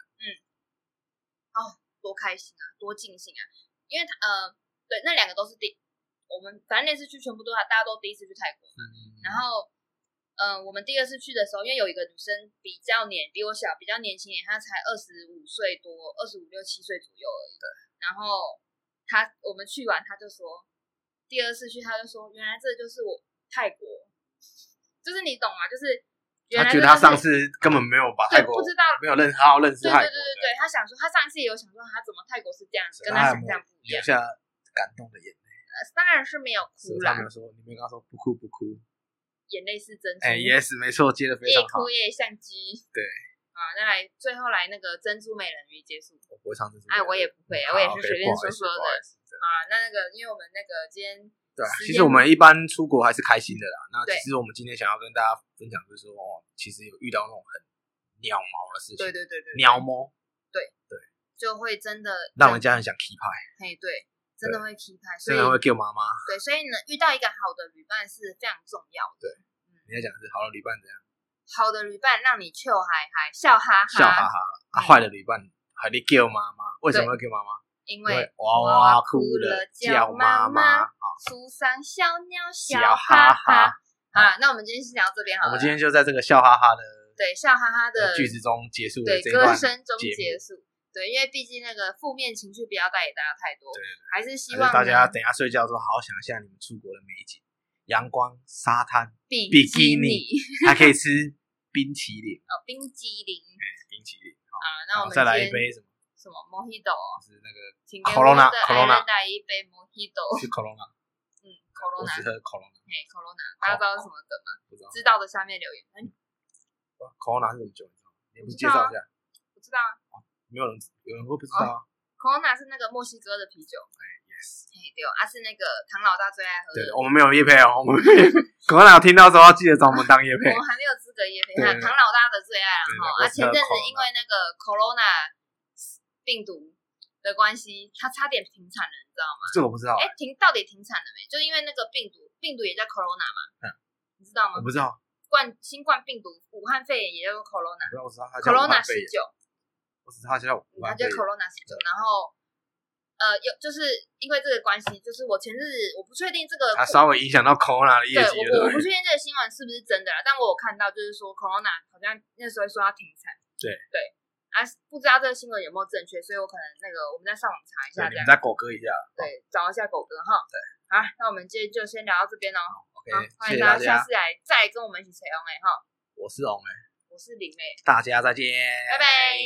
S2: 多开心啊，多尽兴啊！因为他呃，对，那两个都是第，我们反正那次去全部都大家都第一次去泰国，
S1: 嗯
S2: 然后呃，我们第二次去的时候，因为有一个女生比较年比我小，比较年轻一点，她才二十五岁多，二十五六七岁左右而已。然后她我们去完，她就说第二次去，她就说原来这就是我泰国，就是你懂吗？就是原
S1: 他
S2: 来
S1: 觉得
S2: 这就
S1: 他
S2: 是
S1: 上次根本没有把
S2: 对
S1: 泰国
S2: 不知道
S1: 没有认好好认识
S2: 对对
S1: 泰
S2: 对
S1: 国，
S2: 对对，他想说他上一次也有想说啊他怎么泰国是这样子，
S1: 对
S2: 跟他想象不一
S1: 留
S2: 样。
S1: 下感动的眼泪。
S2: 呃当然是没有
S1: 啊是啊他
S2: 哭啦
S1: 没，有说，你没有跟他说不哭不哭。
S2: 眼泪是珍珠，
S1: 哎，yes，没错，接的非
S2: 越
S1: 常好
S2: 哭。越像鸡。
S1: 对，
S2: 啊，那来最后来那个珍珠美人鱼结束。
S1: 我不会唱这首歌。
S2: 哎，我也不会，
S1: 嗯好
S2: 我也
S1: OK，
S2: 是随便
S1: 不好
S2: 说
S1: 意思
S2: 说的
S1: 不好意思对
S2: 啊。那那个，因为我们那个今天
S1: 对啊，
S2: 时
S1: 其
S2: 间
S1: 实我们一般出国还是开心的啦。那
S2: 对
S1: 其实我们今天想要跟大家分享，就是说，哦，其实有遇到那种很鸟毛的事情，
S2: 对对对对，
S1: 鸟毛
S2: 就会真的
S1: 让人家很想 k 派，
S2: 嘿对，真的会 k 拍，所
S1: 真
S2: 以
S1: 的会给我妈妈。
S2: 对，所以呢，遇到一个好的旅伴是非常重要的。
S1: 你在讲的是好的旅伴怎样，
S2: 好的旅伴让你笑嗨嗨，笑哈哈，
S1: 笑哈哈啊，
S2: 嗯
S1: 坏的旅伴还得给我妈妈，为什么会给我妈妈？
S2: 因
S1: 因
S2: 为
S1: 为娃娃哭了叫妈妈。好，
S2: 树上小鸟笑
S1: 笑哈
S2: 哈哈
S1: 哈。
S2: 好了，啊那我们今天先讲到这边
S1: 我
S2: 好了
S1: 们。今天就在这个笑哈哈的呃
S2: 对，笑哈哈的
S1: 句子中结束了
S2: 对
S1: 这一
S2: 歌
S1: 段
S2: 声中
S1: 节目
S2: 结束。对，因为毕竟那个负面情绪不要带给大家太多，
S1: 对对
S2: 还是希
S1: 还
S2: 望
S1: 是大家
S2: 呢
S1: 等一下睡觉的时候，好好想一下你们出国的美景，阳光、沙
S2: (laughs)
S1: 滩，
S2: 比
S1: 比基
S2: 基
S1: 尼还可以吃冰淇淋，
S2: 哦，冰激凌
S1: 冰淇淋，
S2: 啊。那
S1: 然后
S2: 我们
S1: 再来一
S2: 今天
S1: 杯什么？
S2: 什么 Mojito，
S1: 就是那个
S2: 请给我们的
S1: Corona，
S2: 爱人
S1: Corona
S2: 带一杯 Mojito。
S1: 是 Corona，
S2: 嗯
S1: 我只
S2: (laughs) ，Corona，
S1: 喝 Corona，
S2: 嘿，Corona，大家知道是什么梗吗？
S1: 不知道
S2: 知道的下面留言。嗯，
S1: Corona 是什么酒，你知道吗？你不
S2: 不
S1: 是
S2: 知
S1: 介
S2: 道啊哦
S1: 绍一下？
S2: 不知道啊
S1: 没有人，有人会不知道啊
S2: ，Corona 是那个墨西哥的啤酒。
S1: 哎？Yes，
S2: 嘿，对哦，啊是那个唐老大最爱喝
S1: 对的，。
S2: 的
S1: 我们没有叶配 (laughs) 哦，我们
S2: (laughs)
S1: Corona 有听到的时候要记得找我们当叶配
S2: 我。们还没有资格夜配，
S1: 对
S2: 那唐老大的最爱了
S1: 对
S2: 哈。
S1: 对
S2: 啊，前阵
S1: 我知
S2: 子
S1: 道
S2: 因为那个 corona 病毒的关系，他差点停产了，你知道吗？
S1: 这个我不知道，
S2: 哎，停到底停产了没？就因为那个病毒，病毒也叫 corona 嘛，
S1: 嗯
S2: 你知道
S1: 我
S2: 吗？
S1: 不知道，
S2: 冠新冠病毒，武汉肺炎也叫做
S1: 我
S2: corona，corona
S1: 不知道，我知道它叫武汉肺
S2: 十
S1: 炎，
S2: 九，
S1: 我只知道它叫武
S2: 它
S1: 汉肺炎。
S2: 叫
S1: 嗯
S2: corona 十九，然后。呃，有就是因为这个关系，就是我前日我不确定这个
S1: 它稍微影响到 Corona 的业
S2: 对，
S1: 绩了
S2: 我我不。确定这个新闻是不是真的啦，但我有看到就是说 Corona 好像那时候说要停产，
S1: 对
S2: 对啊，不知道这个新闻有没有正确，所以我可能那个我们再上网查一
S1: 对
S2: 下
S1: 你们
S2: 这样，
S1: 再狗哥一下
S2: 对，找一下狗哥哈，对，好，那我们今天就先聊到这边喽，好，
S1: ，OK，
S2: 欢
S1: 谢
S2: 迎
S1: 谢
S2: 大
S1: 大
S2: 家下
S1: 家，
S2: 次来再跟我们一起采用哎哈，
S1: 我是龙哎，
S2: 我是林妹，
S1: 大家再见，
S2: 拜拜